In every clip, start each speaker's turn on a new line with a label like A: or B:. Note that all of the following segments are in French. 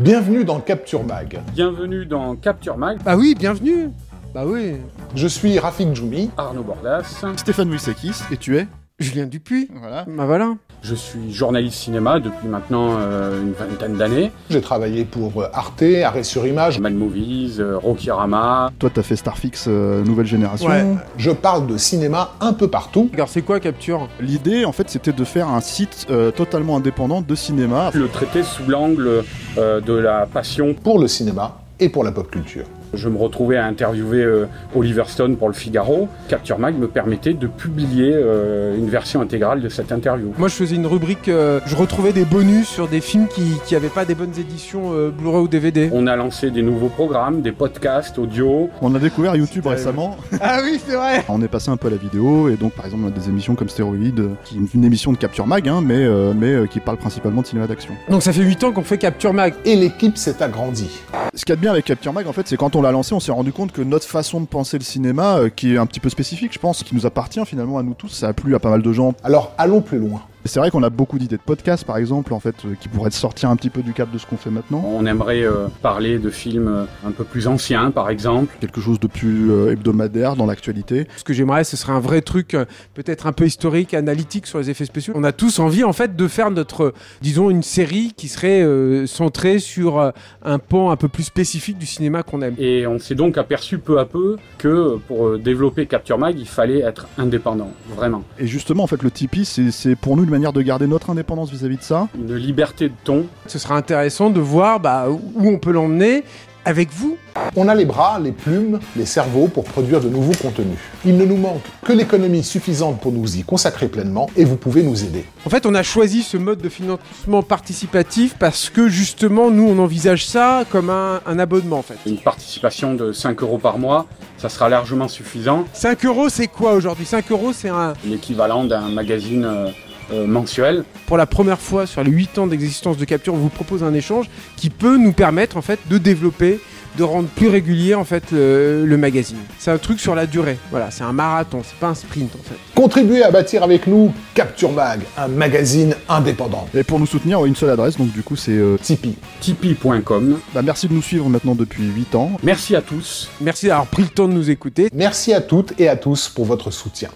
A: Bienvenue dans Capture Mag.
B: Bienvenue dans Capture Mag,
C: Bah oui, bienvenue Bah oui,
A: Je suis Rafik Djoumi.
B: Arnaud Bordas.
D: Stéphane Moustakis, et tu es
C: Julien Dupuis.
D: Voilà.
C: Bah voilà.
B: Je suis journaliste cinéma depuis maintenant euh, une vingtaine d'années.
A: J'ai travaillé pour euh, Arte, Arrêt sur Image.
B: Mad Movies, euh, Rokirama.
D: Toi, t'as fait Starfix euh, Nouvelle Génération.
C: Ouais.
A: Je parle de cinéma un peu partout.
C: Regarde, c'est quoi Capture
D: L'idée, en fait, c'était de faire un site euh, totalement indépendant de cinéma.
B: Le traiter sous l'angle euh, de la passion.
A: Pour le cinéma et pour la pop culture.
B: Je me retrouvais à interviewer euh, Oliver Stone pour le Figaro. Capture Mag me permettait de publier euh, une version intégrale de cette interview.
C: Moi, je faisais une rubrique, euh, je retrouvais des bonus sur des films qui n'avaient pas des bonnes éditions euh, Blu-ray ou DVD.
B: On a lancé des nouveaux programmes, des podcasts audio.
D: On a découvert YouTube récemment.
C: Ah oui, c'est vrai
D: On est passé un peu à la vidéo, et donc, par exemple, on a des émissions comme Stéroïdes, euh, qui est une, une émission de Capture Mag, hein, mais, euh, mais euh, qui parle principalement de cinéma d'action.
C: Donc ça fait 8 ans qu'on fait Capture Mag.
A: Et l'équipe s'est agrandie.
D: Ce qu'il y a de bien avec Capture Mag, en fait, c'est quand on l'a lancé, on s'est rendu compte que notre façon de penser le cinéma, euh, qui est un petit peu spécifique, je pense, qui nous appartient finalement à nous tous, ça a plu à pas mal de gens.
A: Alors allons plus loin.
D: Et C'est vrai qu'on a beaucoup d'idées de podcasts, par exemple, en fait, euh, qui pourraient sortir un petit peu du cap de ce qu'on fait maintenant.
B: On aimerait euh, parler de films euh, un peu plus anciens, par exemple.
D: quelque chose de plus euh, hebdomadaire dans l'actualité.
C: Ce que j'aimerais, ce serait un vrai truc, euh, peut-être un peu historique, analytique sur les effets spéciaux. On a tous envie, en fait, de faire notre, euh, disons, une série qui serait euh, centrée sur euh, un pan un peu plus spécifique du cinéma qu'on aime.
B: Et on s'est donc aperçu peu à peu que pour euh, développer Capture Mag, il fallait être indépendant, vraiment.
D: Et justement, en fait, le Tipeee, c'est c'est pour nous une manière de garder notre indépendance vis-à-vis de ça.
B: Une liberté de ton.
C: Ce sera intéressant de voir bah, où on peut l'emmener avec vous.
A: On a les bras, les plumes, les cerveaux pour produire de nouveaux contenus. Il ne nous manque que l'économie suffisante pour nous y consacrer pleinement et vous pouvez nous aider.
C: En fait, on a choisi ce mode de financement participatif parce que justement, nous, on envisage ça comme un, un abonnement, en fait.
B: Une participation de 5 euros par mois, ça sera largement suffisant.
C: 5 euros, c'est quoi aujourd'hui 5 euros, c'est un...
B: L'équivalent d'un magazine euh, euh, mensuel.
C: Pour la première fois sur les 8 ans d'existence de Capture, on vous propose un échange qui peut nous permettre, en fait, de développer, de rendre plus régulier, en fait, le, le magazine. C'est un truc sur la durée. Voilà, c'est un marathon, c'est pas un sprint, en fait.
A: Contribuez à bâtir avec nous Capture Mag, un magazine indépendant.
D: Et pour nous soutenir, ouais, une seule adresse, donc du coup, c'est... euh,
A: Tipeee.
B: Tipeee.com.
D: bah, merci de nous suivre maintenant depuis 8 ans.
B: Merci à tous.
C: Merci d'avoir pris le temps de nous écouter.
A: Merci à toutes et à tous pour votre soutien.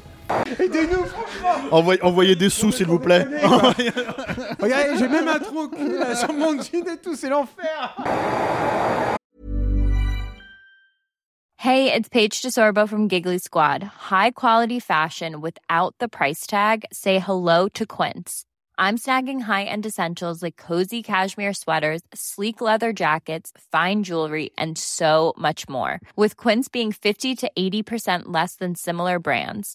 D: Envoyez, des sous, s'il vous plaît.
C: Regardez, j'ai même un trou au cul, là, sur mon jean et tout, c'est l'enfer
E: Hey, it's Paige DeSorbo from Giggly Squad. High quality fashion without the price tag. Say hello to Quince. I'm snagging high-end essentials like cozy cashmere sweaters, sleek leather jackets, fine jewelry, and so much more. With Quince being 50 to 80% less than similar brands.